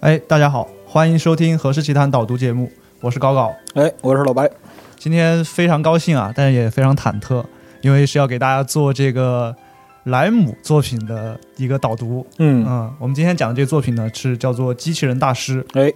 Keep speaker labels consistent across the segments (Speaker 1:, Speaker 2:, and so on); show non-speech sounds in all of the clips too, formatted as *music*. Speaker 1: 哎，大家好，欢迎收听《何氏奇谈》导读节目，我是高高。
Speaker 2: 哎，我是老白。
Speaker 1: 今天非常高兴啊，但是也非常忐忑，因为是要给大家做这个莱姆作品的一个导读。
Speaker 2: 嗯，
Speaker 1: 嗯，我们今天讲的这个作品呢，是叫做《机器人大师》。
Speaker 2: 哎，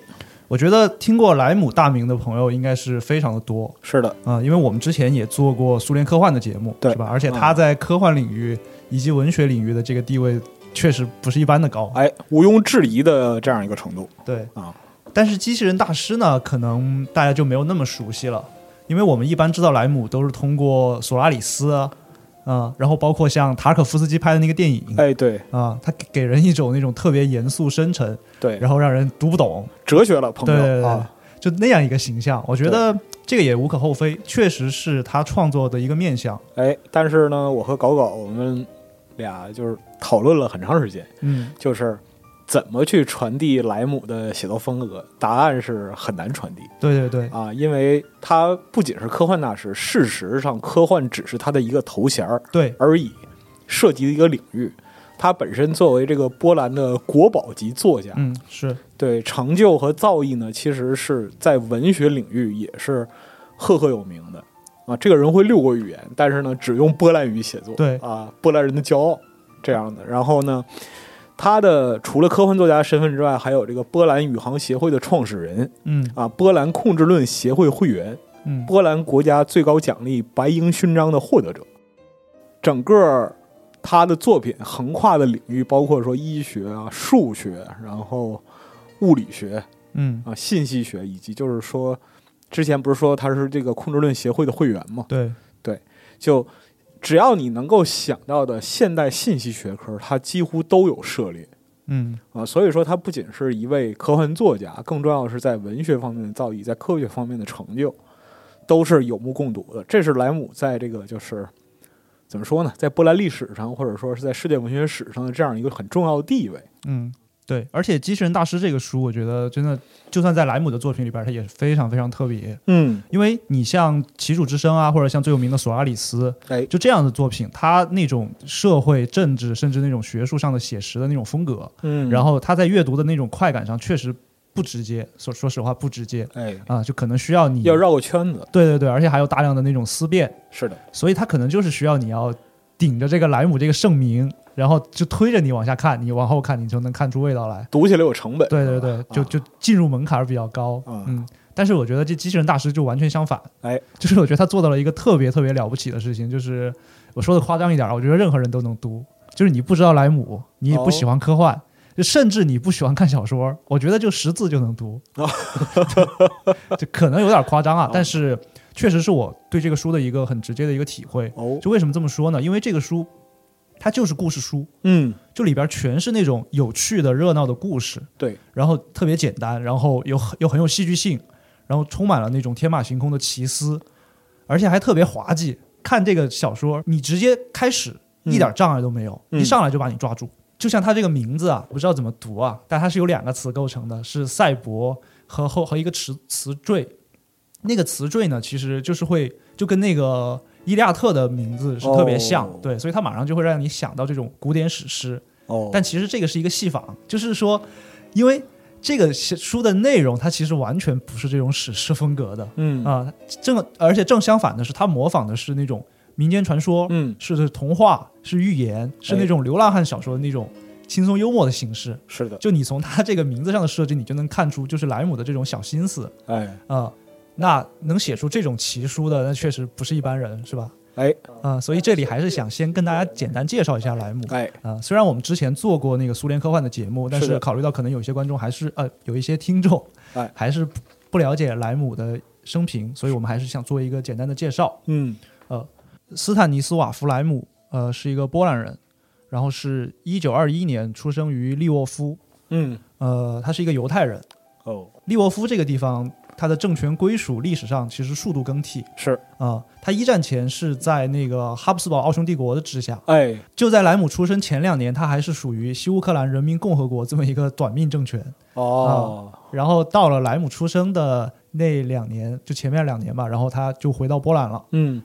Speaker 1: 我觉得听过莱姆大名的朋友应该是非常的多
Speaker 2: 是的，
Speaker 1: 啊、因为我们之前也做过苏联科幻的节目，
Speaker 2: 对嗯
Speaker 1: 是吧？而且他在科幻领域以及文学领域的这个地位确实不是一般的高。
Speaker 2: 哎，毋庸置疑的这样一个程度。
Speaker 1: 对
Speaker 2: 啊，
Speaker 1: 但是机器人大师呢，可能大家就没有那么熟悉了，因为我们一般知道莱姆都是通过索拉里斯啊，啊然后包括像塔可夫斯基拍的那个电影
Speaker 2: 哎，对
Speaker 1: 啊，他给人一种那种特别严肃深沉，
Speaker 2: 对，
Speaker 1: 然后让人读不懂，
Speaker 2: 哲学了，朋
Speaker 1: 对
Speaker 2: 友
Speaker 1: 对对对
Speaker 2: 啊，
Speaker 1: 就那样一个形象。我觉得这个也无可厚非，确实是他创作的一个面相。
Speaker 2: 哎，但是呢，我和搞搞我们俩就是讨论了很长时间，
Speaker 1: 嗯，
Speaker 2: 就是怎么去传递莱姆的写作风格。答案是很难传递
Speaker 1: 对对对，
Speaker 2: 啊，因为他不仅是科幻大师，事实上科幻只是他的一个头衔儿
Speaker 1: 对
Speaker 2: 而已，涉及的一个领域。他本身作为这个波兰的国宝级作家，
Speaker 1: 嗯是，
Speaker 2: 对成就和造诣呢，其实是在文学领域也是赫赫有名的啊。这个人会六国语言，但是呢，只用波兰语写作，
Speaker 1: 对
Speaker 2: 啊，波兰人的骄傲这样的。然后呢，他的除了科幻作家身份之外，还有这个波兰宇航协会的创始人
Speaker 1: 嗯
Speaker 2: 啊，波兰控制论协会会员，
Speaker 1: 嗯
Speaker 2: 波兰国家最高奖励白鹰勋章的获得者。整个他的作品横跨的领域包括说医学啊、数学，然后物理学
Speaker 1: 嗯，
Speaker 2: 啊、信息学，以及就是说，之前不是说他是这个控制论协会的会员嘛？
Speaker 1: 对
Speaker 2: 就只要你能够想到的现代信息学科，它几乎都有涉猎。
Speaker 1: 嗯
Speaker 2: 啊，所以说他不仅是一位科幻作家，更重要的是在文学方面的造诣，在科学方面的成就，都是有目共睹的。这是莱姆在这个就是怎么说呢，在波兰历史上，或者说是在世界文学史上的这样一个很重要的地位。
Speaker 1: 嗯。对，而且《机器人大师》这个书，我觉得真的，就算在莱姆的作品里边，它也非常非常特别。
Speaker 2: 嗯，
Speaker 1: 因为你像《旗主之声》啊，或者像最有名的索拉里斯，
Speaker 2: 哎，
Speaker 1: 就这样的作品，它那种社会、政治，甚至那种学术上的写实的那种风格，
Speaker 2: 嗯
Speaker 1: 然
Speaker 2: 后
Speaker 1: 后它在阅读的那种快感上确实不直接，说说实话不直接
Speaker 2: 哎，
Speaker 1: 啊，就可能需要你
Speaker 2: 要绕个圈子，
Speaker 1: 对对对，而且还有大量的那种思辨，
Speaker 2: 嗯是的，
Speaker 1: 所以它可能就是需要你要顶着这个莱姆这个盛名，然后就推着你往下看，你往后看，你就能看出味道来。
Speaker 2: 读起来有成本。
Speaker 1: 对对
Speaker 2: 是吧
Speaker 1: 对，就
Speaker 2: 啊
Speaker 1: 就进入门槛儿比较高，
Speaker 2: 啊
Speaker 1: 嗯。但是我觉得这机器人大师就完全相反，
Speaker 2: 哎，
Speaker 1: 就是我觉得他做到了一个特别特别了不起的事情，就是我说的夸张一点儿，我觉得任何人都能读，就是你不知道莱姆，你
Speaker 2: 哦
Speaker 1: 也不喜欢科幻，就甚至你不喜欢看小说，我觉得就识字就能
Speaker 2: *laughs*
Speaker 1: 读，
Speaker 2: 哦
Speaker 1: 就可能有点夸张啊
Speaker 2: 哦，
Speaker 1: 但是确实是我对这个书的一个很直接的一个体会。
Speaker 2: 哦，
Speaker 1: 就为什么这么说呢？因为这个书它就是故事书，
Speaker 2: 嗯，
Speaker 1: 就里边全是那种有趣的、热闹的故事，
Speaker 2: 对，
Speaker 1: 然后特别简单，然后又很又很有戏剧性，然后充满了那种天马行空的奇思，而且还特别滑稽。看这个小说，你直接开始
Speaker 2: 嗯
Speaker 1: 一点障碍都没有，
Speaker 2: 嗯
Speaker 1: 一上来就把你抓住。就像它这个名字啊，不知道怎么读啊，但它是由两个词构成的，是赛博和后和一个词词缀。那个词缀呢，其实就是会就跟那个伊利亚特的名字是特别像，
Speaker 2: 哦
Speaker 1: 对，所以它马上就会让你想到这种古典史诗。
Speaker 2: 哦，
Speaker 1: 但其实这个是一个戏仿，就是说，因为这个写书的内容它其实完全不是这种史诗风格的
Speaker 2: 嗯
Speaker 1: 啊、正而且正相反的是，它模仿的是那种民间传说，
Speaker 2: 嗯，
Speaker 1: 是童话，是寓言，是那种流浪汉小说的那种轻松幽默的形式。
Speaker 2: 是的，
Speaker 1: 就你从它这个名字上的设计，你就能看出就是莱姆的这种小心思
Speaker 2: 哎
Speaker 1: 啊、那能写出这种奇书的，那确实不是一般人，是吧？
Speaker 2: 哎
Speaker 1: 啊、所以这里还是想先跟大家简单介绍一下莱姆。
Speaker 2: 哎，
Speaker 1: 啊，虽然我们之前做过那个苏联科幻的节目，但
Speaker 2: 是
Speaker 1: 是
Speaker 2: 的
Speaker 1: 考虑到可能有些观众还是呃有一些听众，
Speaker 2: 哎
Speaker 1: 还是不不了解莱姆的生平，所以我们还是想做一个简单的介绍。
Speaker 2: 嗯
Speaker 1: 斯坦尼斯瓦夫·莱姆，呃，是一个波兰人，然后是一九二一年出生于利沃夫，
Speaker 2: 嗯
Speaker 1: 呃，他是一个犹太人。
Speaker 2: 哦，
Speaker 1: 利沃夫这个地方，它的政权归属历史上其实数度更替
Speaker 2: 是，
Speaker 1: 啊、他一战前是在那个哈布斯堡奥匈帝国的治下，
Speaker 2: 哎
Speaker 1: 就在莱姆出生前两年，他还是属于西乌克兰人民共和国这么一个短命政权。
Speaker 2: 哦，
Speaker 1: 然后到了莱姆出生的那两年，就前面两年吧，然后他就回到波兰了。
Speaker 2: 嗯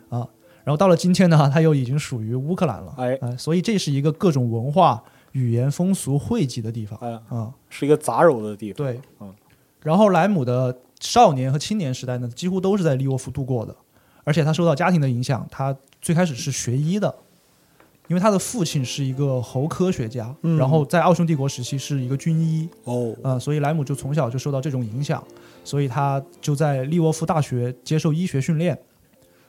Speaker 1: 然后到了今天呢，他又已经属于乌克兰了。
Speaker 2: 哎
Speaker 1: 呃所以这是一个各种文化、语言风俗汇集的地方
Speaker 2: 哎，
Speaker 1: 啊、
Speaker 2: 是一个杂糅的地方。
Speaker 1: 对
Speaker 2: 嗯，
Speaker 1: 然后莱姆的少年和青年时代呢，几乎都是在利沃夫度过的，而且他受到家庭的影响，他最开始是学医的，因为他的父亲是一个猴科学家，
Speaker 2: 嗯
Speaker 1: 然后在奥匈帝国时期是一个军医，
Speaker 2: 哦，
Speaker 1: 啊、所以莱姆就从小就受到这种影响，所以他就在利沃夫大学接受医学训练。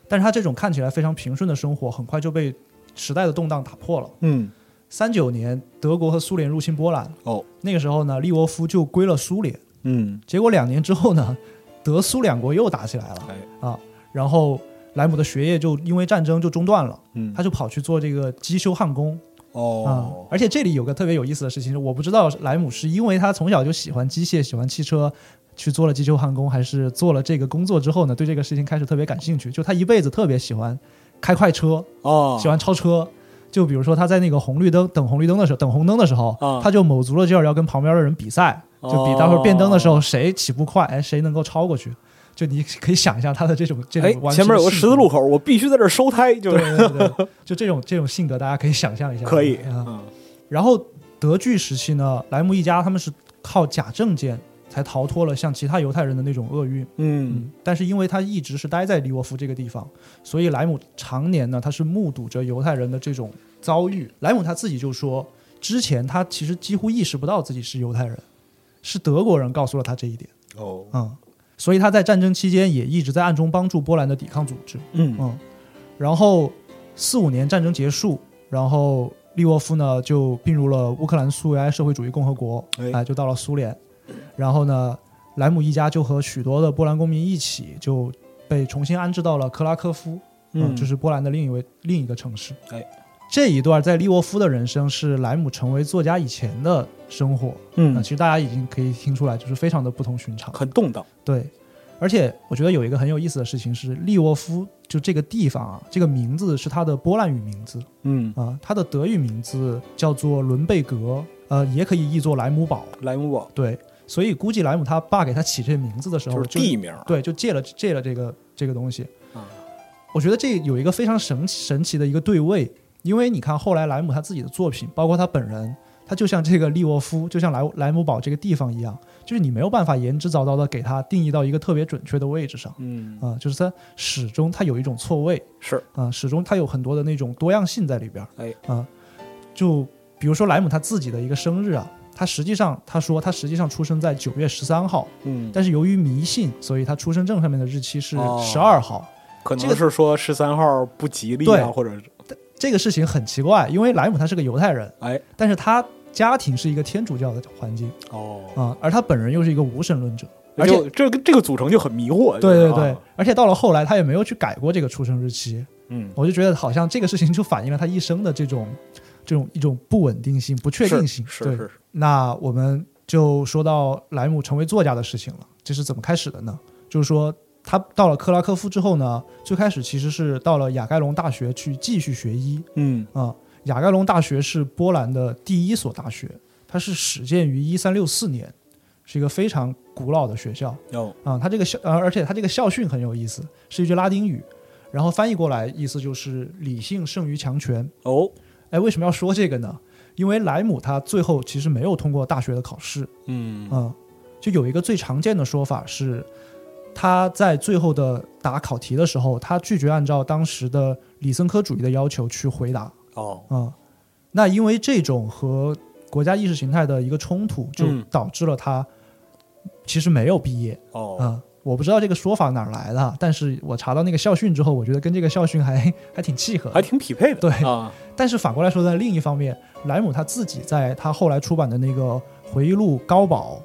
Speaker 1: 但是他这种看起来非常平顺的生活，很快就被时代的动荡打破了。
Speaker 2: 嗯，
Speaker 1: 三九年，德国和苏联入侵波兰，
Speaker 2: 哦，
Speaker 1: 那个时候呢，利沃夫就归了苏联。
Speaker 2: 嗯，
Speaker 1: 结果两年之后呢，德苏两国又打起来了
Speaker 2: 哎，
Speaker 1: 啊，然后莱姆的学业就因为战争就中断了，
Speaker 2: 嗯，
Speaker 1: 他就跑去做这个机修焊工，啊、
Speaker 2: 哦，
Speaker 1: 而且这里有个特别有意思的事情，我不知道莱姆是因为他从小就喜欢机械、喜欢汽车，去做了机修焊工，还是做了这个工作之后呢，对这个事情开始特别感兴趣。就他一辈子特别喜欢开快车，
Speaker 2: 哦，
Speaker 1: 喜欢超车。就比如说他在那个红绿灯等红绿灯的时候，等红灯的时候，
Speaker 2: 啊
Speaker 1: 他就卯足了劲儿要跟旁边的人比赛，就比到时
Speaker 2: 哦
Speaker 1: 候变灯的时候谁起步快，哎，谁能够超过去。就你可以想象他的这种这种
Speaker 2: 哎，
Speaker 1: 玩
Speaker 2: 前面有个
Speaker 1: 性
Speaker 2: 十
Speaker 1: 格
Speaker 2: 字路口，我必须在这儿收胎，就
Speaker 1: 对
Speaker 2: 是
Speaker 1: 对对对，就这种这种性格，大家可以想象一下，
Speaker 2: 可以，
Speaker 1: 啊。
Speaker 2: 嗯，
Speaker 1: 然后德剧时期呢，莱姆一家他们是靠假证件才逃脱了像其他犹太人的那种厄运。
Speaker 2: 嗯，，
Speaker 1: 但是因为他一直是待在利沃夫这个地方，所以莱姆常年呢，他是目睹着犹太人的这种遭遇。莱姆他自己就说，之前他其实几乎意识不到自己是犹太人，是德国人告诉了他这一点。
Speaker 2: 哦，
Speaker 1: 嗯，所以他在战争期间也一直在暗中帮助波兰的抵抗组织。
Speaker 2: 嗯，
Speaker 1: 嗯，然后四五年战争结束，然后利沃夫呢就并入了乌克兰苏维埃社会主义共和国，
Speaker 2: 哎
Speaker 1: 哎、就到了苏联。然后呢，莱姆一家就和许多的波兰公民一起就被重新安置到了克拉科夫，
Speaker 2: 嗯，
Speaker 1: 就是波兰的另一位另一个城市。
Speaker 2: 哎，
Speaker 1: 这一段在利沃夫的人生是莱姆成为作家以前的生活。那、
Speaker 2: 嗯
Speaker 1: 其，实大家已经可以听出来，就是非常的不同寻常。
Speaker 2: 很动荡，
Speaker 1: 对，而且我觉得有一个很有意思的事情是，利沃夫就这个地方啊，这个名字是它的波兰语名字
Speaker 2: 嗯，
Speaker 1: 啊，它的德语名字叫做伦贝格，呃，也可以译作莱姆堡。
Speaker 2: 莱姆堡
Speaker 1: 对，所以估计莱姆他爸给他起这名字的时候
Speaker 2: 就是地名儿，
Speaker 1: 对，就借了借了这个这个东西。
Speaker 2: 啊
Speaker 1: 我觉得这有一个非常神奇神奇的一个对位，因为你看后来莱姆他自己的作品，包括他本人，他就像这个利沃夫，就像莱莱姆堡这个地方一样，就是你没有办法言之凿凿的给他定义到一个特别准确的位置上
Speaker 2: 嗯，
Speaker 1: 啊、就是他始终他有一种错位
Speaker 2: 是，
Speaker 1: 啊、始终他有很多的那种多样性在里边儿。
Speaker 2: 哎
Speaker 1: 啊、就比如说莱姆他自己的一个生日啊，他实际上他说他实际上出生在九月十三号，
Speaker 2: 嗯，
Speaker 1: 但是由于迷信，所以他出生证上面的日期是
Speaker 2: 哦
Speaker 1: 十二号。
Speaker 2: 可
Speaker 1: 这
Speaker 2: 能
Speaker 1: 个
Speaker 2: 是说十三号不吉利
Speaker 1: 对
Speaker 2: 啊，或者是，
Speaker 1: 这个事情很奇怪，因为莱姆他是个犹太人，
Speaker 2: 哎，
Speaker 1: 但是他家庭是一个天主教的环境
Speaker 2: 哦，
Speaker 1: 啊、而他本人又是一个无神论者，而且
Speaker 2: 就这个这个组成就很迷惑，就
Speaker 1: 对
Speaker 2: 是
Speaker 1: 对
Speaker 2: 啊
Speaker 1: 对，，而且到了后来他也没有去改过这个出生日期，
Speaker 2: 嗯，
Speaker 1: 我就觉得好像这个事情就反映了他一生的这种这种一种不稳定性、不确定性。
Speaker 2: 是
Speaker 1: 对
Speaker 2: 是，是，
Speaker 1: 那我们就说到莱姆成为作家的事情了，这是怎么开始的呢？就是说，他到了克拉科夫之后呢，最开始其实是到了雅盖隆大学去继续学医
Speaker 2: 嗯，
Speaker 1: 啊、雅盖隆大学是波兰的第一所大学，它是始建于一三六四年，是一个非常古老的学校
Speaker 2: 哦，
Speaker 1: 啊、它这个校，呃而且它这个校训很有意思，是一句拉丁语，然后翻译过来意思就是理性胜于强权。
Speaker 2: 哦，
Speaker 1: 哎，为什么要说这个呢？因为莱姆他最后其实没有通过大学的考试，
Speaker 2: 嗯，
Speaker 1: 嗯，就有一个最常见的说法是，他在最后的答考题的时候，他拒绝按照当时的李森科主义的要求去回答，
Speaker 2: 哦，
Speaker 1: 嗯，那因为这种和国家意识形态的一个冲突，就
Speaker 2: 嗯
Speaker 1: 导致了他其实没有毕业，
Speaker 2: 哦，
Speaker 1: 嗯。我不知道这个说法哪儿来的，但是我查到那个校训之后，我觉得跟这个校训还还挺契合的，
Speaker 2: 还挺匹配的，
Speaker 1: 对
Speaker 2: 啊，
Speaker 1: 但是反过来说，在另一方面，莱姆他自己在他后来出版的那个回忆录《高保》，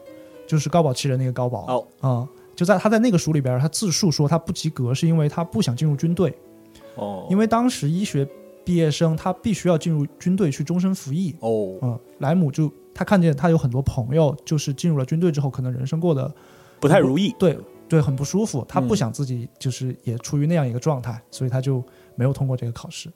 Speaker 1: 就是高保奇人那个高保，
Speaker 2: 哦，
Speaker 1: 啊、就在他在那个书里边，他自述说他不及格是因为他不想进入军队，
Speaker 2: 哦，
Speaker 1: 因为当时医学毕业生他必须要进入军队去终身服役，
Speaker 2: 哦，
Speaker 1: 嗯、莱姆就他看见他有很多朋友就是进入了军队之后，可能人生过得
Speaker 2: 不太如意，
Speaker 1: 对对很不舒服，他不
Speaker 2: 嗯
Speaker 1: 想自己就是也处于那样一个状态，所以他就没有通过这个考试。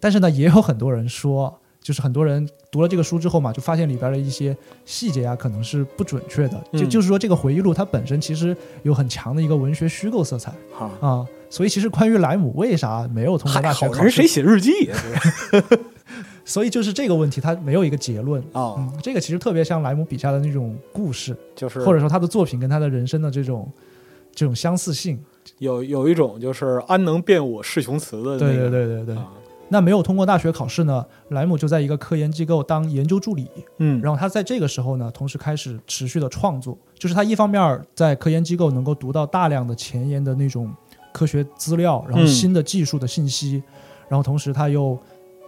Speaker 1: 但是呢，也有很多人说，就是很多人读了这个书之后嘛，就发现里边的一些细节啊，可能是不准确的。就
Speaker 2: 嗯
Speaker 1: 就是说，这个回忆录它本身其实有很强的一个文学虚构色彩
Speaker 2: 哈，
Speaker 1: 啊。所以，其实关于莱姆为啥没有通过
Speaker 2: 嗨
Speaker 1: 大学
Speaker 2: 好
Speaker 1: 考嗯
Speaker 2: 人谁
Speaker 1: 试，
Speaker 2: 写日记呀？
Speaker 1: 所以就是这个问题，它没有一个结论。
Speaker 2: 啊，
Speaker 1: 嗯，这个其实特别像莱姆笔下的那种故事，
Speaker 2: 就是
Speaker 1: 或者说他的作品跟他的人生的这种这种相似性。
Speaker 2: 有有一种就是安能辨我是雄雌的那
Speaker 1: 对对
Speaker 2: 个
Speaker 1: 对对对。
Speaker 2: 啊，
Speaker 1: 那没有通过大学考试呢，莱姆就在一个科研机构当研究助理。
Speaker 2: 嗯，
Speaker 1: 然后他在这个时候呢，同时开始持续的创作，就是他一方面儿在科研机构能够读到大量的前沿的那种科学资料，然后
Speaker 2: 嗯
Speaker 1: 新的技术的信息，然后同时他又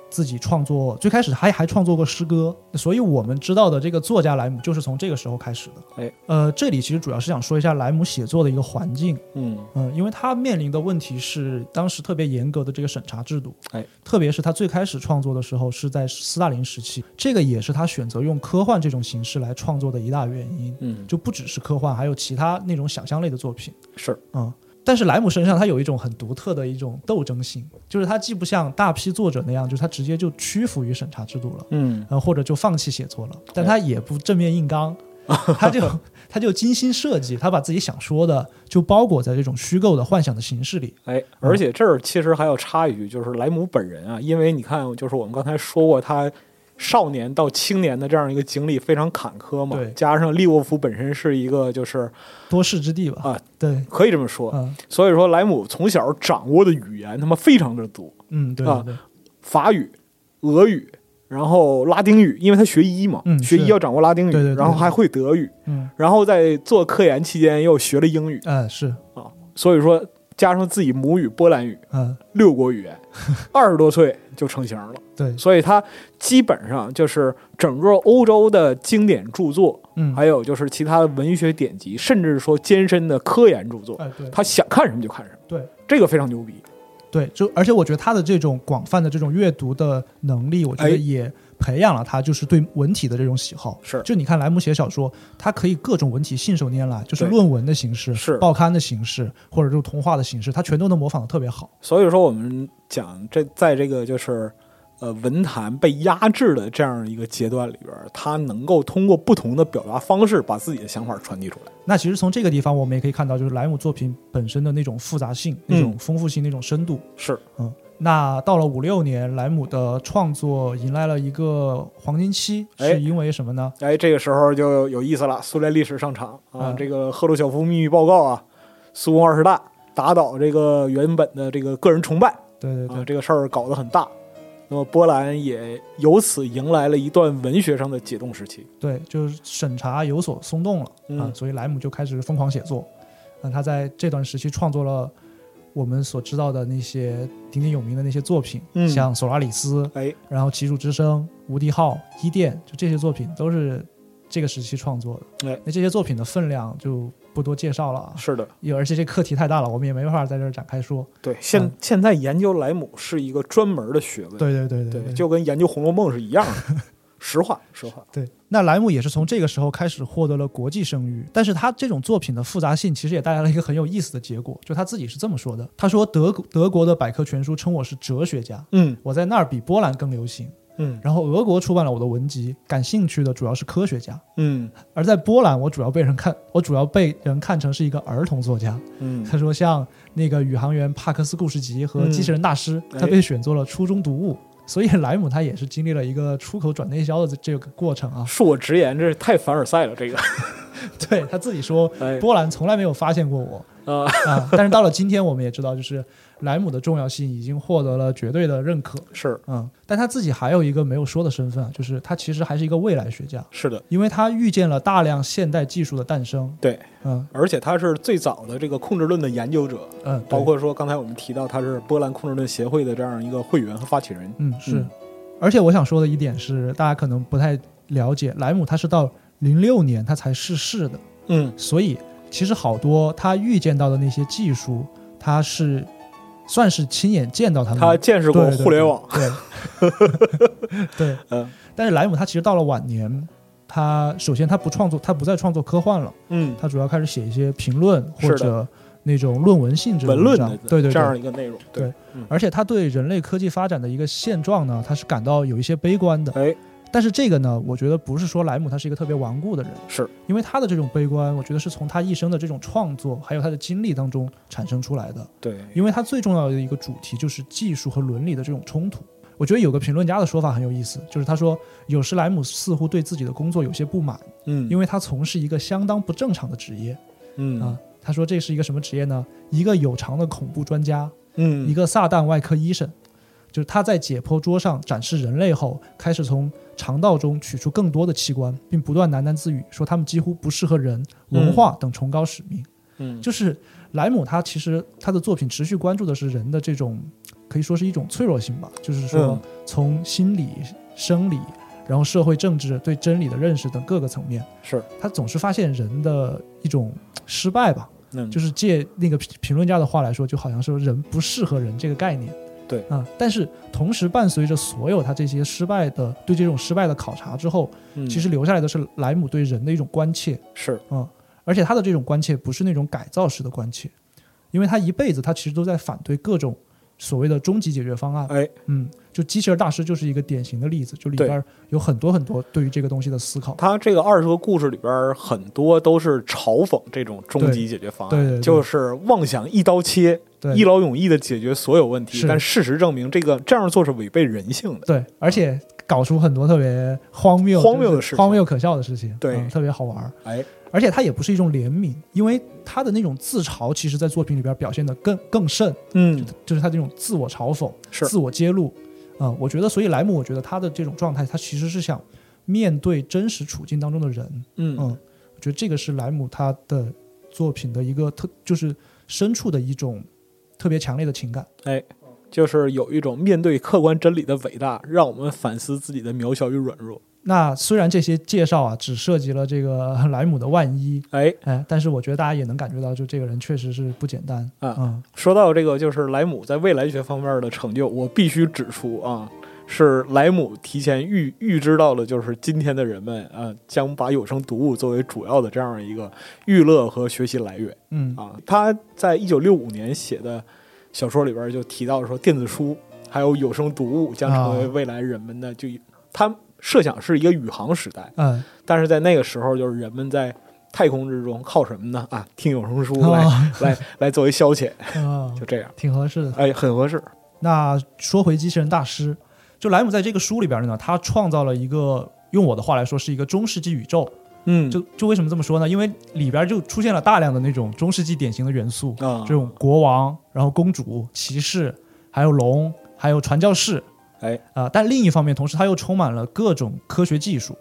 Speaker 1: 自己创作，最开始还还创作过诗歌，所以我们知道的这个作家莱姆就是从这个时候开始的。
Speaker 2: 哎，
Speaker 1: 呃，这里其实主要是想说一下莱姆写作的一个环境，
Speaker 2: 嗯
Speaker 1: 嗯，因为他面临的问题是当时特别严格的这个审查制度，
Speaker 2: 哎，
Speaker 1: 特别是他最开始创作的时候是在斯大林时期，这个也是他选择用科幻这种形式来创作的一大原因，
Speaker 2: 嗯，
Speaker 1: 就不只是科幻，还有其他那种想象类的作品，
Speaker 2: 是
Speaker 1: 嗯。但是莱姆身上他有一种很独特的一种斗争性，就是他既不像大批作者那样，就是他直接就屈服于审查制度了。
Speaker 2: 嗯
Speaker 1: 呃，或者就放弃写作了，但他也不正面硬刚，他就他就精心设计，他把自己想说的就包裹在这种虚构的幻想的形式里。
Speaker 2: 哎，而且这儿其实还要插一句，就是莱姆本人啊，因为你看，就是我们刚才说过他。少年到青年的这样一个经历非常坎坷嘛
Speaker 1: 对，
Speaker 2: 加上利沃夫本身是一个就是
Speaker 1: 多事之地吧，
Speaker 2: 啊
Speaker 1: 对，
Speaker 2: 可以这么说，
Speaker 1: 嗯
Speaker 2: 所以说莱姆从小掌握的语言他妈非常的多，
Speaker 1: 嗯，对
Speaker 2: 啊
Speaker 1: 对对，
Speaker 2: 法语、俄语，然后拉丁语，因为他学医嘛，
Speaker 1: 嗯
Speaker 2: 学
Speaker 1: 是
Speaker 2: 医要掌握拉丁语，
Speaker 1: 对对对
Speaker 2: 然后还会德语，
Speaker 1: 嗯，
Speaker 2: 然后在做科研期间又学了英语，
Speaker 1: 呃是，
Speaker 2: 所以说加上自己母语波兰语
Speaker 1: 嗯
Speaker 2: 六国语言，
Speaker 1: *laughs*
Speaker 2: 二十多岁就成型了。
Speaker 1: 对，
Speaker 2: 所以他基本上就是整个欧洲的经典著作，
Speaker 1: 嗯，
Speaker 2: 还有就是其他的文学典籍，甚至说艰深的科研著作，
Speaker 1: 哎对
Speaker 2: 他想看什么就看什么。
Speaker 1: 对，
Speaker 2: 这个非常牛逼。
Speaker 1: 对，就而且我觉得他的这种广泛的这种阅读的能力，我觉
Speaker 2: 哎
Speaker 1: 得也培养了他就是对文体的这种喜好。
Speaker 2: 是
Speaker 1: 就你看莱姆写小说，他可以各种文体信手拈来，就是
Speaker 2: 对
Speaker 1: 论文的形式、
Speaker 2: 是
Speaker 1: 报刊的形式，或者就是童话的形式，他全都能模仿的特别好。
Speaker 2: 所以说，我们讲这在这个就是呃文坛被压制的这样一个阶段里边，他能够通过不同的表达方式，把自己的想法传递出来。
Speaker 1: 那其实从这个地方，我们也可以看到，就是莱姆作品本身的那种复杂
Speaker 2: 嗯
Speaker 1: 性、那种丰富性、那种深度。
Speaker 2: 是，
Speaker 1: 嗯，那到了五六年，莱姆的创作迎来了一个黄金期，
Speaker 2: 哎
Speaker 1: 是因为什么呢？
Speaker 2: 哎，这个时候就有意思了。苏联历史上场啊，
Speaker 1: 嗯
Speaker 2: 这个赫鲁晓夫秘密报告啊，苏共二十大打倒这个原本的这个个人崇拜
Speaker 1: 对对
Speaker 2: 啊
Speaker 1: 对，，
Speaker 2: 这个事儿搞得很大。那么波兰也由此迎来了一段文学上的解冻时期。
Speaker 1: 对，就是审查有所松动了、
Speaker 2: 嗯
Speaker 1: 啊，所以莱姆就开始疯狂写作。那他在这段时期创作了我们所知道的那些鼎鼎有名的那些作品，
Speaker 2: 嗯
Speaker 1: 像《索拉里斯》，
Speaker 2: 哎，
Speaker 1: 然后《奇术之声》《无敌号》《伊甸》，就这些作品都是这个时期创作的。
Speaker 2: 哎
Speaker 1: 那这些作品的分量就不多介绍了啊，
Speaker 2: 是的，
Speaker 1: 也而且这课题太大了，我们也没办法在这儿展开说。
Speaker 2: 对，现、
Speaker 1: 嗯
Speaker 2: 现在研究莱姆是一个专门的学问。
Speaker 1: 对对对对
Speaker 2: 对，就跟研究《红楼梦》是一样的。
Speaker 1: *laughs*
Speaker 2: 实话，实话，
Speaker 1: 对。那莱姆也是从这个时候开始获得了国际声誉，但是他这种作品的复杂性其实也带来了一个很有意思的结果，就他自己是这么说的：他说德国德国的百科全书称我是哲学家，
Speaker 2: 嗯
Speaker 1: 我在那儿比波兰更流行。
Speaker 2: 嗯
Speaker 1: 然后俄国出版了我的文集，感兴趣的主要是科学家。
Speaker 2: 嗯
Speaker 1: 而在波兰，我主要被人看，我主要被人看成是一个儿童作家。
Speaker 2: 嗯，
Speaker 1: 他说，像那个《宇航员帕克斯故事集》和《机器人大师》
Speaker 2: 嗯哎
Speaker 1: 他被选作了初中读物。所以莱姆他也是经历了一个出口转内销的这个过程啊。
Speaker 2: 恕我直言，这太凡尔赛了，
Speaker 1: *laughs*
Speaker 2: 这个。
Speaker 1: 对他自己说，
Speaker 2: 哎
Speaker 1: 波兰从来没有发现过我
Speaker 2: 啊、
Speaker 1: 啊。但是到了今天，我们也知道，就是莱姆的重要性已经获得了绝对的认可。
Speaker 2: 是
Speaker 1: 嗯，但他自己还有一个没有说的身份啊，就是他其实还是一个未来学家，
Speaker 2: 是的，
Speaker 1: 因为他遇见了大量现代技术的诞生。
Speaker 2: 对。
Speaker 1: 嗯
Speaker 2: 而且他是最早的这个控制论的研究者，
Speaker 1: 嗯，对
Speaker 2: 包括说刚才我们提到他是波兰控制论协会的这样一个会员和发起人。
Speaker 1: 嗯，是
Speaker 2: 嗯。
Speaker 1: 而且我想说的一点是，大家可能不太了解，莱姆他是到零六年他才逝世的，
Speaker 2: 嗯，
Speaker 1: 所以其实好多他预见到的那些技术，他是算是亲眼见到他们
Speaker 2: 他
Speaker 1: 的。
Speaker 2: 见识
Speaker 1: 对
Speaker 2: 过
Speaker 1: 对对
Speaker 2: 互联网。
Speaker 1: 对
Speaker 2: *laughs*
Speaker 1: 对，
Speaker 2: 嗯
Speaker 1: 但是莱姆他其实到了晚年，他首先他不创作，他不再创作科幻了，
Speaker 2: 嗯，
Speaker 1: 他主要开始写一些评论
Speaker 2: 是
Speaker 1: 或
Speaker 2: 的
Speaker 1: 者那种论文性质的
Speaker 2: 文
Speaker 1: 文
Speaker 2: 论
Speaker 1: 章
Speaker 2: 的
Speaker 1: 对对
Speaker 2: 这
Speaker 1: 对，
Speaker 2: 样一个内容。对，
Speaker 1: 而且他对人类科技发展的一个现状呢，他是感到有一些悲观的。
Speaker 2: 哎，
Speaker 1: 但是这个呢，我觉得不是说莱姆他是一个特别顽固的人，
Speaker 2: 是
Speaker 1: 因为他的这种悲观，我觉得是从他一生的这种创作还有他的经历当中产生出来的。
Speaker 2: 对，
Speaker 1: 因为他最重要的一个主题就是技术和伦理的这种冲突。我觉得有个评论家的说法很有意思，就是他说有时莱姆似乎对自己的工作有些不满，
Speaker 2: 嗯，
Speaker 1: 因
Speaker 2: 为
Speaker 1: 为他从事一个相当不正常的职业
Speaker 2: 嗯
Speaker 1: 啊。他说这是一个什么职业呢？一个有偿的恐怖专家，
Speaker 2: 嗯
Speaker 1: 一个撒旦外科医生。就是他在解剖桌上展示人类后，开始从肠道中取出更多的器官，并不断喃喃自语说他们几乎不适合人、文化等崇高使命。
Speaker 2: 嗯
Speaker 1: 就是莱姆他其实他的作品持续关注的是人的这种可以说是一种脆弱性吧，就是说
Speaker 2: 嗯
Speaker 1: 从心理、生理，然后社会、政治对真理的认识等各个层面，
Speaker 2: 是，
Speaker 1: 他总是发现人的一种失败吧。
Speaker 2: 嗯
Speaker 1: 就是借那个评评论家的话来说，就好像说人不适合人这个概念。
Speaker 2: 对
Speaker 1: 啊，但是同时伴随着所有他这些失败的对这种失败的考察之后，
Speaker 2: 嗯
Speaker 1: 其实留下来的是莱姆对人的一种关切。
Speaker 2: 是
Speaker 1: 嗯，而且他的这种关切不是那种改造式的关切，因为他一辈子他其实都在反对各种所谓的终极解决方案。
Speaker 2: 哎，
Speaker 1: 嗯，就机器人大师就是一个典型的例子，就里
Speaker 2: 对
Speaker 1: 边有很多很多对于这个东西的思考。
Speaker 2: 他这个二十个故事里边儿很多都是嘲讽这种终极解决方案，
Speaker 1: 对对对对
Speaker 2: 就是妄想一刀切、
Speaker 1: 对，
Speaker 2: 一劳永逸的解决所有问题
Speaker 1: 是，
Speaker 2: 但事实证明这个这样做是违背人性的。
Speaker 1: 对，而且搞出很多特别荒谬、
Speaker 2: 荒谬
Speaker 1: 就
Speaker 2: 的
Speaker 1: 是
Speaker 2: 事情
Speaker 1: 荒谬可笑的事情，
Speaker 2: 对
Speaker 1: 嗯特别好玩儿。
Speaker 2: 哎，
Speaker 1: 而且它也不是一种怜悯，因为他的那种自嘲，其实在作品里边表现的更更甚，
Speaker 2: 嗯，
Speaker 1: 就是他这种自我嘲讽、
Speaker 2: 是
Speaker 1: 自我揭露。啊、我觉得，所以莱姆，我觉得他的这种状态，他其实是想面对真实处境当中的人。
Speaker 2: 嗯
Speaker 1: 嗯，我觉得这个是莱姆他的作品的一个特，就是深处的一种特别强烈的情感。
Speaker 2: 就是有一种面对客观真理的伟大，让我们反思自己的渺小与软弱。
Speaker 1: 那虽然这些介绍啊只涉及了这个 *laughs* 莱姆的万一，
Speaker 2: 哎，
Speaker 1: 哎，但是我觉得大家也能感觉到，就这个人确实是不简单
Speaker 2: 啊
Speaker 1: 嗯
Speaker 2: 说到这个，就是莱姆在未来学方面的成就，我必须指出啊，是莱姆提前预预知到了，就是今天的人们啊，将把有声读物作为主要的这样一个娱乐和学习来源
Speaker 1: 嗯
Speaker 2: 啊。他在一九六五年写的小说里边就提到说，电子书还有有声读物将成为
Speaker 1: 啊
Speaker 2: 未来人们的就他设想是一个宇航时代，
Speaker 1: 嗯
Speaker 2: 但是在那个时候，就是人们在太空之中靠什么呢？啊，听有声
Speaker 1: *laughs*
Speaker 2: 书来、
Speaker 1: 啊
Speaker 2: 来来作为消遣，
Speaker 1: 啊
Speaker 2: *laughs* 就这样。
Speaker 1: 挺合适的。
Speaker 2: 哎，很合适。
Speaker 1: 那说回机器人大师，就莱姆在这个书里边呢，他创造了一个用我的话来说是一个中世纪宇宙。
Speaker 2: 嗯，
Speaker 1: 就就为什么这么说呢？因为里边就出现了大量的那种中世纪典型的元素，
Speaker 2: 啊，
Speaker 1: 这种国王，然后公主、骑士，还有龙，还有传教士，
Speaker 2: 哎
Speaker 1: 啊、但另一方面，同时它又充满了各种科学技术，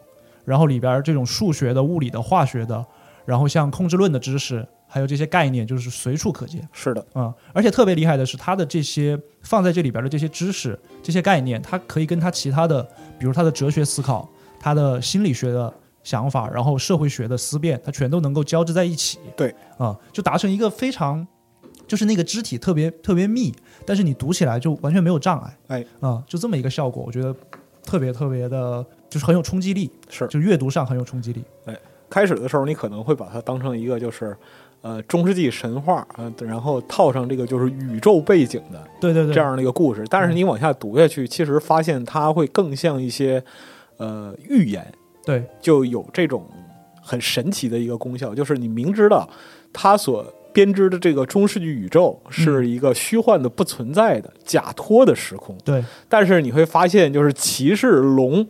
Speaker 1: 然后里边儿这种数学的、物理的、化学的，然后像控制论的知识，还有这些概念，就是随处可见
Speaker 2: 是的，
Speaker 1: 啊、而且特别厉害的是，它的这些放在这里边儿的这些知识、这些概念，它可以跟它其他的，比如它的哲学思考、它的心理学的想法，然后社会学的思辨，它全都能够交织在一起。
Speaker 2: 对，
Speaker 1: 啊、就达成一个非常，就是那个肢体特别特别密，但是你读起来就完全没有障碍。
Speaker 2: 哎，
Speaker 1: 啊、就这么一个效果，我觉得特别特别的，就是很有冲击力，
Speaker 2: 是
Speaker 1: 就阅读上很有冲击力。
Speaker 2: 开始的时候你可能会把它当成一个就是，呃，中世纪神话啊、呃然后套上这个就是宇宙背景的
Speaker 1: 对对对，
Speaker 2: 这样的一个故事。但是
Speaker 1: 嗯
Speaker 2: 你往下读下去，其实发现它会更像一些，呃，寓言，
Speaker 1: 对
Speaker 2: 就有这种很神奇的一个功效，就是你明知道它所编织的这个中世纪宇宙
Speaker 1: 嗯
Speaker 2: 是一个虚幻的、不存在的、假托的时空。
Speaker 1: 对
Speaker 2: 但是你会发现，就是骑士、龙、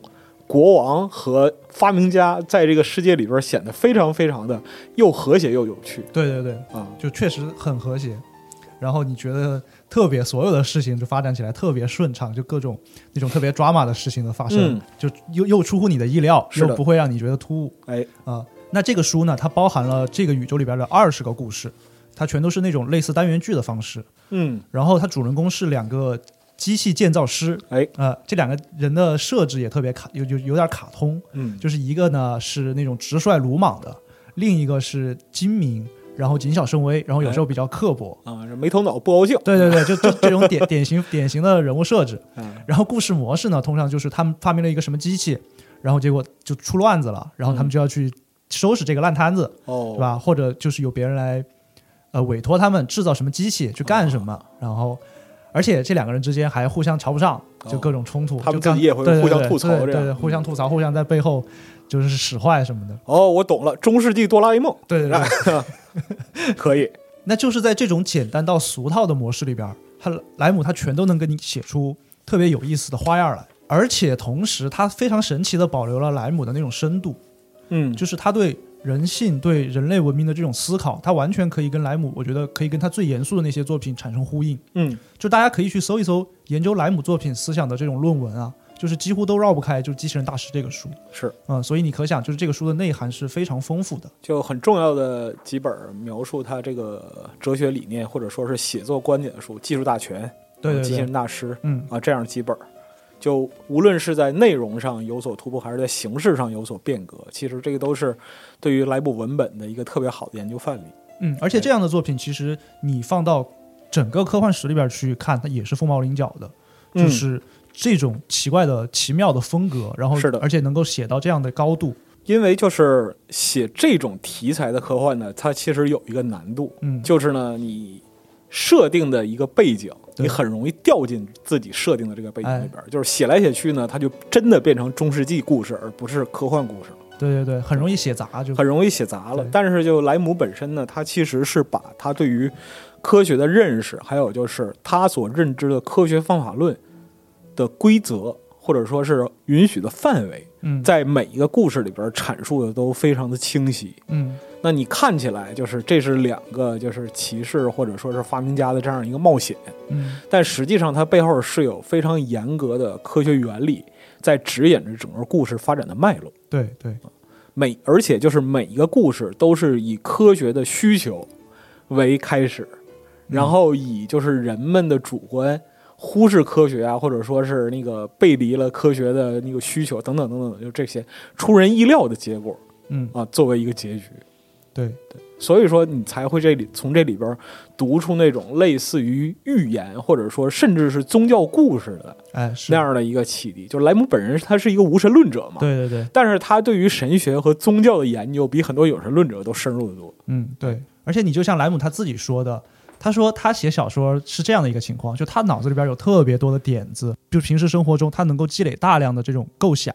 Speaker 2: 国王和发明家在这个世界里边显得非常非常的又和谐又有趣
Speaker 1: 对对对，
Speaker 2: 啊。
Speaker 1: 就确实很和谐。然后你觉得特别所有的事情就发展起来特别顺畅，就各种那种特别 drama 的事情的发生，
Speaker 2: 嗯
Speaker 1: 就又又出乎你的意料，
Speaker 2: 是
Speaker 1: 又
Speaker 2: 的
Speaker 1: 不会让你觉得突兀
Speaker 2: 哎，
Speaker 1: 啊、那这个书呢，它包含了这个宇宙里边的二十个故事，它全都是那种类似单元剧的方式。
Speaker 2: 嗯，
Speaker 1: 然后它主人公是两个机器建造师，
Speaker 2: 哎，
Speaker 1: 呃，这两个人的设置也特别卡，有有有点卡通，
Speaker 2: 嗯，
Speaker 1: 就是一个呢是那种直率鲁莽的，另一个是精明，然后谨小慎微，然后有时候比较刻薄。
Speaker 2: 啊，这没头脑不高兴。
Speaker 1: 对对对，就就这种典 *laughs* 典型典型的人物设置。
Speaker 2: 嗯
Speaker 1: 然后故事模式呢，通常就是他们发明了一个什么机器，然后结果就出乱子了，然后他们就要去收拾这个烂摊子，
Speaker 2: 哦，
Speaker 1: 对？吧？或者就是有别人来，呃，委托他们制造什么机器去干什么，
Speaker 2: 哦
Speaker 1: 然后，而且这两个人之间还互相瞧不上，就各种冲突，
Speaker 2: 哦他们
Speaker 1: 就刚
Speaker 2: 自己也会
Speaker 1: 对对
Speaker 2: 互相
Speaker 1: 对
Speaker 2: 吐槽
Speaker 1: 对
Speaker 2: 这
Speaker 1: 对
Speaker 2: 样嗯
Speaker 1: 对，互相吐槽，互相在背后就是使坏什么的，
Speaker 2: 哦，我懂了，中世纪哆啦 A 梦，
Speaker 1: 对对对。
Speaker 2: *laughs* 可以。
Speaker 1: 那就是在这种简单到俗套的模式里边儿，他莱姆他全都能给你写出特别有意思的花样来。而且同时，他非常神奇的保留了莱姆的那种深度，
Speaker 2: 嗯，
Speaker 1: 就是他对人性、对人类文明的这种思考，他完全可以跟莱姆，我觉得可以跟他最严肃的那些作品产生呼应。
Speaker 2: 嗯
Speaker 1: 就大家可以去搜一搜研究莱姆作品思想的这种论文啊，就是几乎都绕不开就是《机器人大师》这个书。
Speaker 2: 是，
Speaker 1: 嗯，所以你可想，就是这个书的内涵是非常丰富的。
Speaker 2: 就很重要的几本描述他这个哲学理念或者说是写作观点的书，《技术大全》
Speaker 1: 对对
Speaker 2: 机器
Speaker 1: 对，
Speaker 2: 人大师》
Speaker 1: 嗯，
Speaker 2: 啊，这样几本儿，就无论是在内容上有所突破，还是在形式上有所变革，其实这个都是对于莱布文本的一个特别好的研究范例。
Speaker 1: 嗯，而且这样的作品，其实你放到整个科幻史里边去看，它也是凤毛麟角的，
Speaker 2: 嗯
Speaker 1: 就是这种奇怪的、奇妙的风格，然后
Speaker 2: 是的
Speaker 1: 而且能够写到这样的高度，
Speaker 2: 因为就是写这种题材的科幻呢，它其实有一个难度，
Speaker 1: 嗯，
Speaker 2: 就是呢，你设定的一个背景，
Speaker 1: 对
Speaker 2: 你很容易掉进自己设定的这个背景
Speaker 1: 哎
Speaker 2: 里边儿，就是写来写去呢，它就真的变成中世纪故事，而不是科幻故事了。
Speaker 1: 对对对，很容易写砸，就
Speaker 2: 很容易写砸了
Speaker 1: 对。
Speaker 2: 但是就莱姆本身呢，他其实是把他对于科学的认识，还有就是他所认知的科学方法论的规则，或者说是允许的范围，
Speaker 1: 嗯
Speaker 2: 在每一个故事里边阐述的都非常的清晰。
Speaker 1: 嗯
Speaker 2: 那你看起来就是这是两个就是骑士或者说是发明家的这样一个冒险，
Speaker 1: 嗯
Speaker 2: 但实际上它背后是有非常严格的科学原理在指引着整个故事发展的脉络。
Speaker 1: 对对，
Speaker 2: 每而且就是每一个故事都是以科学的需求为开始，
Speaker 1: 嗯
Speaker 2: 然后以就是人们的主观忽视科学啊，或者说是那个背离了科学的那个需求等等等等，就这些出人意料的结果
Speaker 1: 嗯
Speaker 2: 啊，作为一个结局。
Speaker 1: 对
Speaker 2: 所以说，你才会这里从这里边读出那种类似于寓言，或者说甚至是宗教故事的
Speaker 1: 哎是
Speaker 2: 那，样的一个启迪。就是莱姆本人他是一个无神论者嘛，
Speaker 1: 对对对，
Speaker 2: 但是他对于神学和宗教的研究比很多有神论者都深入的多。
Speaker 1: 嗯，对，而且你就像莱姆他自己说的，他说他写小说是这样的一个情况，就他脑子里边有特别多的点子，就平时生活中他能够积累大量的这种构想。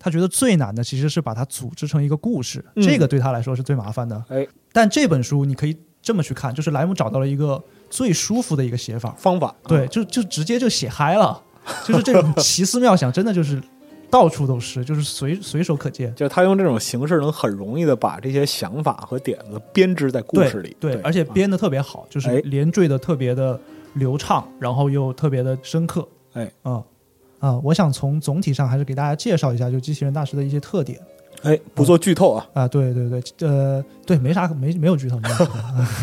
Speaker 1: 他觉得最难的其实是把它组织成一个故事，
Speaker 2: 嗯
Speaker 1: 这个对他来说是最麻烦的。
Speaker 2: 哎，
Speaker 1: 但这本书你可以这么去看，就是莱姆找到了一个最舒服的一个写法，
Speaker 2: 方法
Speaker 1: 对，，就就直接就写嗨了，就是这种奇思妙想，真的就是到处都是，就是随随手可见。
Speaker 2: 就是他用这种形式能很容易的把这些想法和点子编织在故
Speaker 1: 对
Speaker 2: 事里，
Speaker 1: 对，而且
Speaker 2: 啊
Speaker 1: 编的特别好，就
Speaker 2: 哎
Speaker 1: 是连缀的特别的流畅，然后又特别的深刻。
Speaker 2: 哎，
Speaker 1: 啊、啊、我想从总体上还是给大家介绍一下，就机器人大师的一些特点
Speaker 2: 哎不做剧透啊，
Speaker 1: 啊。对对对，呃，对，没啥，没没有剧透，没有剧
Speaker 2: *laughs*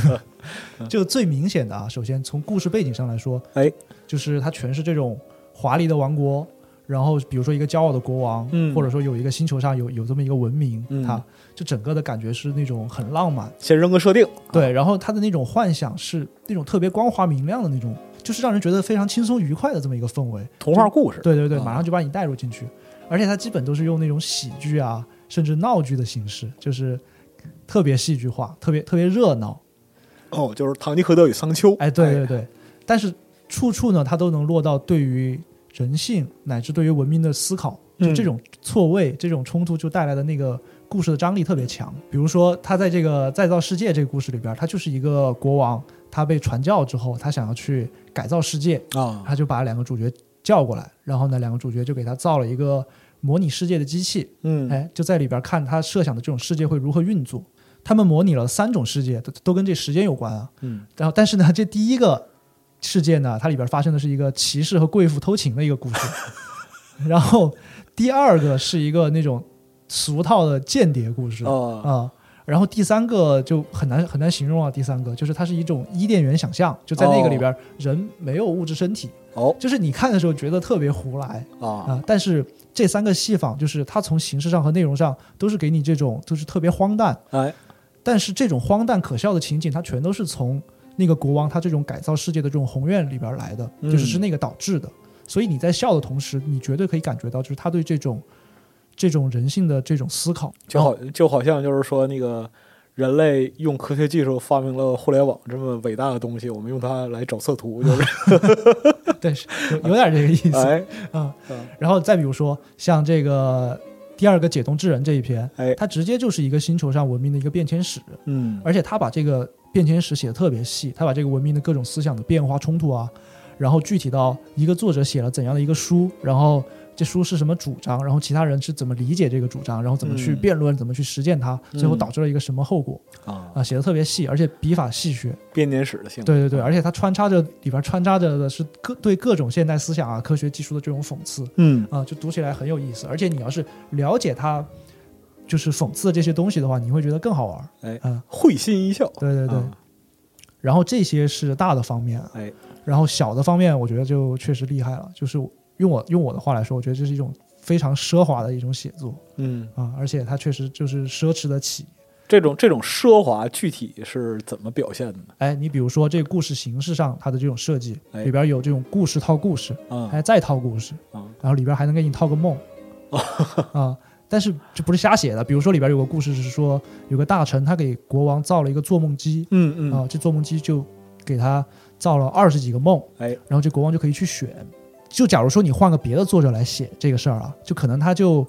Speaker 1: 透 *laughs* 就最明显的啊，首先从故事背景上来说，
Speaker 2: 哎，
Speaker 1: 就是它全是这种华丽的王国，然后比如说一个骄傲的国王，
Speaker 2: 嗯
Speaker 1: 或者说有一个星球上有有这么一个文明，
Speaker 2: 嗯啊
Speaker 1: 它就整个的感觉是那种很浪漫。
Speaker 2: 先扔个设定，
Speaker 1: 对，然后他的那种幻想是那种特别光滑明亮的那种，就是让人觉得非常轻松愉快的这么一个氛围。
Speaker 2: 童话故事，
Speaker 1: 对对对，
Speaker 2: 啊
Speaker 1: 马上就把你带入进去，而且他基本都是用那种喜剧啊，甚至闹剧的形式，就是特别戏剧化，特别特别热闹。
Speaker 2: 哦，就是《堂吉诃德与桑丘》，
Speaker 1: 哎，对对对，但是处处呢，它都能落到对于人性乃至对于文明的思考，就
Speaker 2: 嗯
Speaker 1: 这种错位、这种冲突就带来的那个故事的张力特别强。比如说，他在这个《再造世界》这个故事里边儿，他就是一个国王，他被传教之后，他想要去改造世界，
Speaker 2: 啊，
Speaker 1: 他就把两个主角叫过来，然后呢，两个主角就给他造了一个模拟世界的机器，
Speaker 2: 嗯，
Speaker 1: 哎，就在里边看他设想的这种世界会如何运作。他们模拟了三种世界，都都跟这时间有关啊。
Speaker 2: 嗯，
Speaker 1: 然后，但是呢，这第一个事件呢，它里边发生的是一个骑士和贵妇偷情的一个故事，然后第二个是一个那种俗套的间谍故事啊、
Speaker 2: 哦，
Speaker 1: 然后第三个就很难很难形容啊。第三个就是它是一种伊甸园想象，就在那个里边、人没有物质身体，
Speaker 2: 哦，
Speaker 1: 就是你看的时候觉得特别胡来，
Speaker 2: 啊，
Speaker 1: 啊，但是这三个戏仿，就是它从形式上和内容上都是给你这种就是特别荒诞，
Speaker 2: 哎，
Speaker 1: 但是这种荒诞可笑的情景，它全都是从那个国王他这种改造世界的这种宏愿里边来的，
Speaker 2: 嗯
Speaker 1: 就是是那个导致的。所以你在笑的同时，你绝对可以感觉到，就是他对这种这种人性的这种思考。哦
Speaker 2: 就好，就好像就是说那个。人类用科学技术发明了互联网这么伟大的东西，我们用它来找色
Speaker 1: *laughs*
Speaker 2: 图，就是
Speaker 1: 对，是有有点这个哎意思
Speaker 2: 哎
Speaker 1: 啊
Speaker 2: 嗯。
Speaker 1: 然后再比如说像这个第二个解冻之人这一篇，
Speaker 2: 哎
Speaker 1: 它直接就是一个星球上文明的一个变迁史。
Speaker 2: 嗯，
Speaker 1: 而且他把这个变迁史写的特别细，他把这个文明的各种思想的变化冲突啊，然后具体到一个作者写了怎样的一个书，然后这书是什么主张，然后其他人是怎么理解这个主张，然后怎么去
Speaker 2: 嗯
Speaker 1: 辩论，怎么去实践它，最后
Speaker 2: 嗯
Speaker 1: 导致了一个什么后果
Speaker 2: 啊
Speaker 1: 啊、，写的特别细，而且笔法戏谑，
Speaker 2: 编年史的性质，
Speaker 1: 对对对，而且它穿插着里边穿插着的是各对各种现代思想啊、科学技术的这种讽刺
Speaker 2: 嗯
Speaker 1: 啊、就读起来很有意思。而且你要是了解它，就是讽刺的这些东西的话，你会觉得更好玩。
Speaker 2: 哎
Speaker 1: 啊、
Speaker 2: 会心一笑，
Speaker 1: 对对对。
Speaker 2: 啊
Speaker 1: 然后这些是大的方面，
Speaker 2: 哎，
Speaker 1: 然后小的方面，我觉得就确实厉害了。就是用我用我的话来说，我觉得这是一种非常奢华的一种写作
Speaker 2: 嗯，
Speaker 1: 啊、而且它确实就是奢侈得起。
Speaker 2: 这种这种奢华具体是怎么表现的呢？
Speaker 1: 哎，你比如说这个故事形式上它的这种设计，
Speaker 2: 哎
Speaker 1: 里边有这种故事套故事，
Speaker 2: 啊
Speaker 1: 还再套故事，
Speaker 2: 啊
Speaker 1: 然后里边还能给你套个
Speaker 2: *laughs*
Speaker 1: 梦，啊，但是这不是瞎写的。比如说里边有个故事是说，有个大臣他给国王造了一个做梦机，
Speaker 2: 嗯嗯
Speaker 1: 啊，这做梦机就给他造了二十几个梦，
Speaker 2: 哎
Speaker 1: 然后这国王就可以去选。就假如说你换个别的作者来写这个事儿啊，就可能他就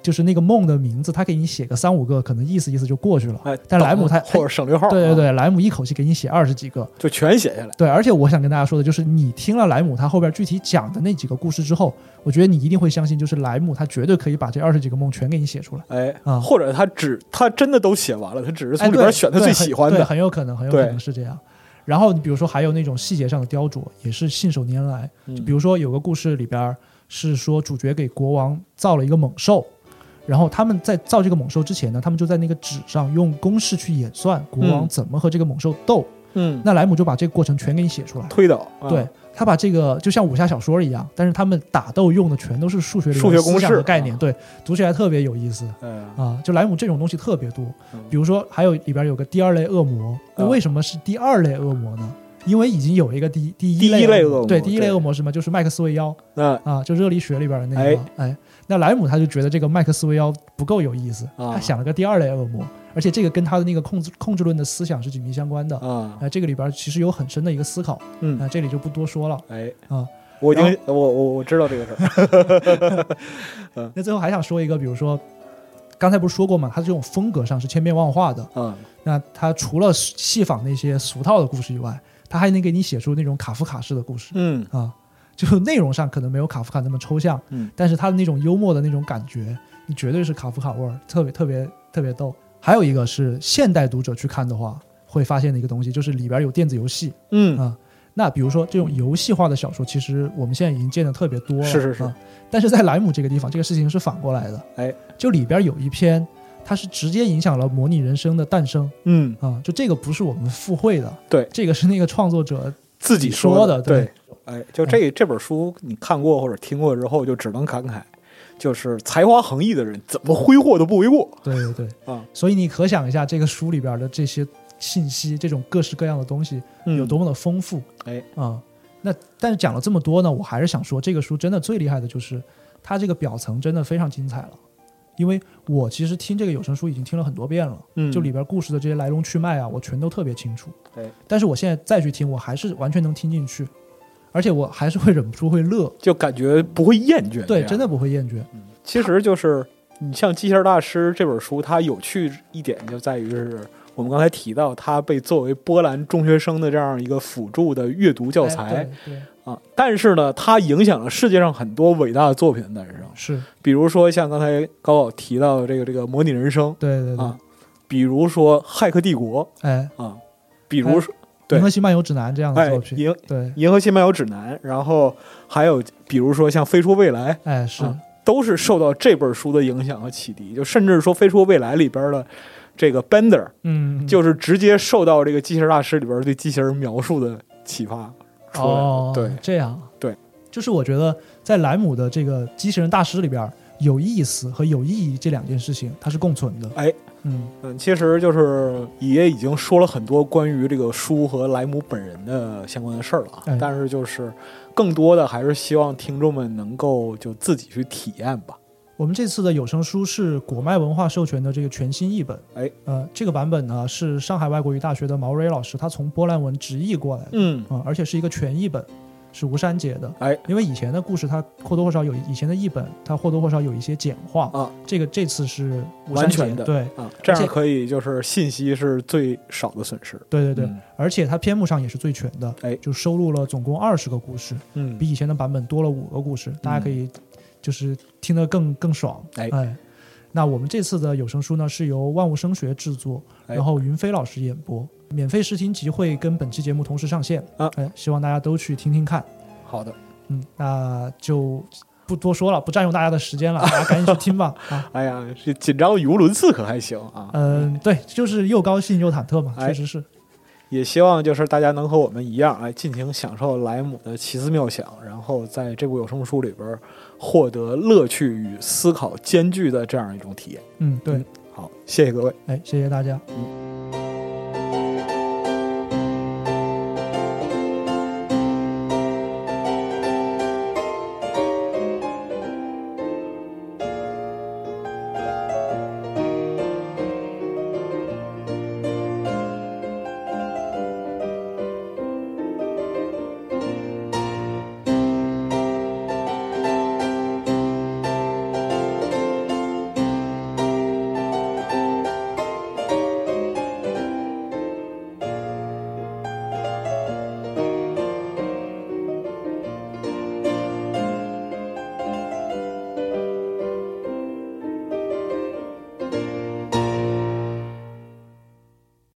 Speaker 1: 就是那个梦的名字，他给你写个三五个，可能意思意思就过去了。
Speaker 2: 哎，
Speaker 1: 但莱姆他
Speaker 2: 或者省略号，
Speaker 1: 对对
Speaker 2: 啊，
Speaker 1: 对，莱姆一口气给你写二十几个，
Speaker 2: 就全写下来，
Speaker 1: 对。而且我想跟大家说的就是，你听了莱姆他后边具体讲的那几个故事之后，我觉得你一定会相信，就是莱姆他绝对可以把这二十几个梦全给你写出来。
Speaker 2: 哎，
Speaker 1: 啊
Speaker 2: 或者他只他真的都写完了，他只是
Speaker 1: 哎，
Speaker 2: 从里
Speaker 1: 对，
Speaker 2: 边选他最喜欢
Speaker 1: 对
Speaker 2: 的
Speaker 1: 很，对，很有可能，很有可
Speaker 2: 对
Speaker 1: 能是这样。然后你比如说还有那种细节上的雕琢，也是信手拈来。
Speaker 2: 嗯
Speaker 1: 比如说有个故事里边儿是说主角给国王造了一个猛兽，然后他们在造这个猛兽之前呢，他们就在那个纸上用公式去演算国王
Speaker 2: 嗯
Speaker 1: 怎么和这个猛兽斗。
Speaker 2: 嗯，
Speaker 1: 那莱姆就把这个过程全给你写出来。
Speaker 2: 推导，啊
Speaker 1: 对他把这个就像武侠小说一样，但是他们打斗用的全都是数学里面
Speaker 2: 数学公
Speaker 1: 思想的
Speaker 2: 式
Speaker 1: 概念，
Speaker 2: 啊
Speaker 1: 对，读起来特别有意思。
Speaker 2: 哎
Speaker 1: 啊，就莱姆这种东西特别多
Speaker 2: 嗯，
Speaker 1: 比如说还有里边有个第二类恶魔，那
Speaker 2: 啊
Speaker 1: 为什么是第二类恶魔呢？因为已经有一个第第一
Speaker 2: 第一类恶
Speaker 1: 魔，
Speaker 2: 魔
Speaker 1: 对，第一类
Speaker 2: 对
Speaker 1: 恶魔是什么？就是麦克斯韦妖
Speaker 2: 那
Speaker 1: 啊，就热力学里边的那个嘛。哎，那莱姆他就觉得这个麦克斯韦妖不够有意思，
Speaker 2: 啊
Speaker 1: 他想了个第二类恶魔，而且这个跟他的那个控制控制论的思想是紧密相关的。
Speaker 2: 啊，
Speaker 1: 啊，这个里边其实有很深的一个思考，
Speaker 2: 嗯
Speaker 1: 啊，这里就不多说了。
Speaker 2: 哎
Speaker 1: 啊，
Speaker 2: 我已经
Speaker 1: 然
Speaker 2: 我我我知道这个事儿，
Speaker 1: 那最后还想说一个，比如说，刚才不是说过嘛，他这种风格上是千变万化的，
Speaker 2: 啊
Speaker 1: 那他除了戏仿那些俗套的故事以外，他还能给你写出那种卡夫卡式的故事
Speaker 2: 嗯
Speaker 1: 啊，就内容上可能没有卡夫卡那么抽象，
Speaker 2: 嗯，
Speaker 1: 但是他的那种幽默的那种感觉，你绝对是卡夫卡味儿，特别特别特别逗。还有一个是现代读者去看的话会发现的一个东西，就是里边有电子游戏。啊
Speaker 2: 嗯
Speaker 1: 那比如说这种游戏化的小说，其实我们现在已经见的特别多了，
Speaker 2: 是是是
Speaker 1: 啊但是在莱姆这个地方，这个事情是反过来的，
Speaker 2: 哎，
Speaker 1: 就里边有一篇，它是直接影响了模拟人生的诞生。
Speaker 2: 嗯，
Speaker 1: 啊，就这个不是我们附会的，
Speaker 2: 对
Speaker 1: 这个是那个创作者
Speaker 2: 自己
Speaker 1: 说
Speaker 2: 的，
Speaker 1: 对，
Speaker 2: 对，哎，就这这本书你看过或者听过之后，就只能感慨，就是才华横溢的人怎么挥霍都不为过，
Speaker 1: 对对对，
Speaker 2: *laughs* 啊
Speaker 1: 所以你可想一下这个书里边的这些信息，这种各式各样的东西有
Speaker 2: 有
Speaker 1: 多么的丰富，
Speaker 2: 嗯哎
Speaker 1: 啊，那但是讲了这么多呢，我还是想说，这个书真的最厉害的就是它这个表层真的非常精彩了。因为我其实听这个有声书已经听了很多遍了，
Speaker 2: 嗯哎
Speaker 1: 就里边故事的这些来龙去脉啊，我全都特别清楚。
Speaker 2: 对，
Speaker 1: 但是我现在再去听，我还是完全能听进去，而且我还是会忍不住会乐，
Speaker 2: 就感觉不会厌倦，
Speaker 1: 对，真的。不会厌倦。
Speaker 2: 其实就是你像《机器人大师》这本书，它有趣一点就在于是我们刚才提到，它被作为波兰中学生的这样一个辅助的阅读教材、
Speaker 1: 哎对对
Speaker 2: 啊，但是呢，它影响了世界上很多伟大的作品的诞生，
Speaker 1: 是，
Speaker 2: 比如说像刚才高老提到的这个这个《模拟人生
Speaker 1: 对对》对，
Speaker 2: 啊，比如说《骇客帝国
Speaker 1: 哎，》
Speaker 2: 啊，比如说
Speaker 1: 《
Speaker 2: 对
Speaker 1: 银河系漫游指南》这样的
Speaker 2: 哎
Speaker 1: 作
Speaker 2: 《
Speaker 1: 品，
Speaker 2: 银
Speaker 1: 对，
Speaker 2: 银河系漫游指南》，然后还有比如说像《飞出未来》，
Speaker 1: 哎是，
Speaker 2: 啊都是受到这本书的影响和启迪，就甚至说《飞出未来》里边的这个 Bender，
Speaker 1: 嗯，
Speaker 2: 就是直接受到这个《机器人大师》里边对机器人描述的启发出来的。
Speaker 1: 哦，
Speaker 2: 对，
Speaker 1: 这样，
Speaker 2: 对，
Speaker 1: 就是我觉得在莱姆的这个《机器人大师》里边儿，有意思和有意义这两件事情，它是共存的。
Speaker 2: 哎，
Speaker 1: 嗯，
Speaker 2: 嗯，其实就是也已经说了很多关于这个书和莱姆本人的相关的事儿了啊，
Speaker 1: 哎
Speaker 2: 但是就是更多的还是希望听众们能够就自己去体验吧。
Speaker 1: 我们这次的有声书是果麦文化授权的这个全新译本。
Speaker 2: 哎，
Speaker 1: 呃，这个版本呢是上海外国语大学的毛蕊老师他从波兰文直译过来的。
Speaker 2: 嗯
Speaker 1: 啊、而且是一个全译本。是吴山解的。
Speaker 2: 哎，
Speaker 1: 因为以前的故事它或多或少有以前的译本，它或多或少有一些简化
Speaker 2: 啊。
Speaker 1: 这个这次是吴
Speaker 2: 完
Speaker 1: 山解
Speaker 2: 全的
Speaker 1: 对
Speaker 2: 啊，这
Speaker 1: 而
Speaker 2: 样
Speaker 1: 且
Speaker 2: 可以就是信息是最少的损失。
Speaker 1: 对对对，
Speaker 2: 嗯
Speaker 1: 而且它篇目上也是最全的，
Speaker 2: 哎
Speaker 1: 就收录了总共二十个故事，
Speaker 2: 嗯，
Speaker 1: 比以前的版本多了五个故事，大家可以就是听得更更爽。
Speaker 2: 哎
Speaker 1: 那我们这次的有声书呢，是由万物声学制作，
Speaker 2: 哎
Speaker 1: 然后云飞老师演播，免费试听集会跟本期节目同时上线
Speaker 2: 啊
Speaker 1: 哎，希望大家都去听听看。
Speaker 2: 好的。
Speaker 1: 嗯，那就不多说了，不占用大家的时间了，大家赶紧去听吧。
Speaker 2: *laughs*
Speaker 1: 啊，
Speaker 2: 哎呀，这紧张语无伦次可还行啊。
Speaker 1: 嗯、对，就是又高兴又忐忑嘛，
Speaker 2: 哎
Speaker 1: 确实是。
Speaker 2: 也希望就是大家能和我们一样，哎，尽情享受莱姆的奇思妙想，然后在这部有声书里边儿获得乐趣与思考兼具的这样一种体验。
Speaker 1: 嗯，对
Speaker 2: 嗯，好，谢谢各位。
Speaker 1: 哎，谢谢大家。
Speaker 2: 嗯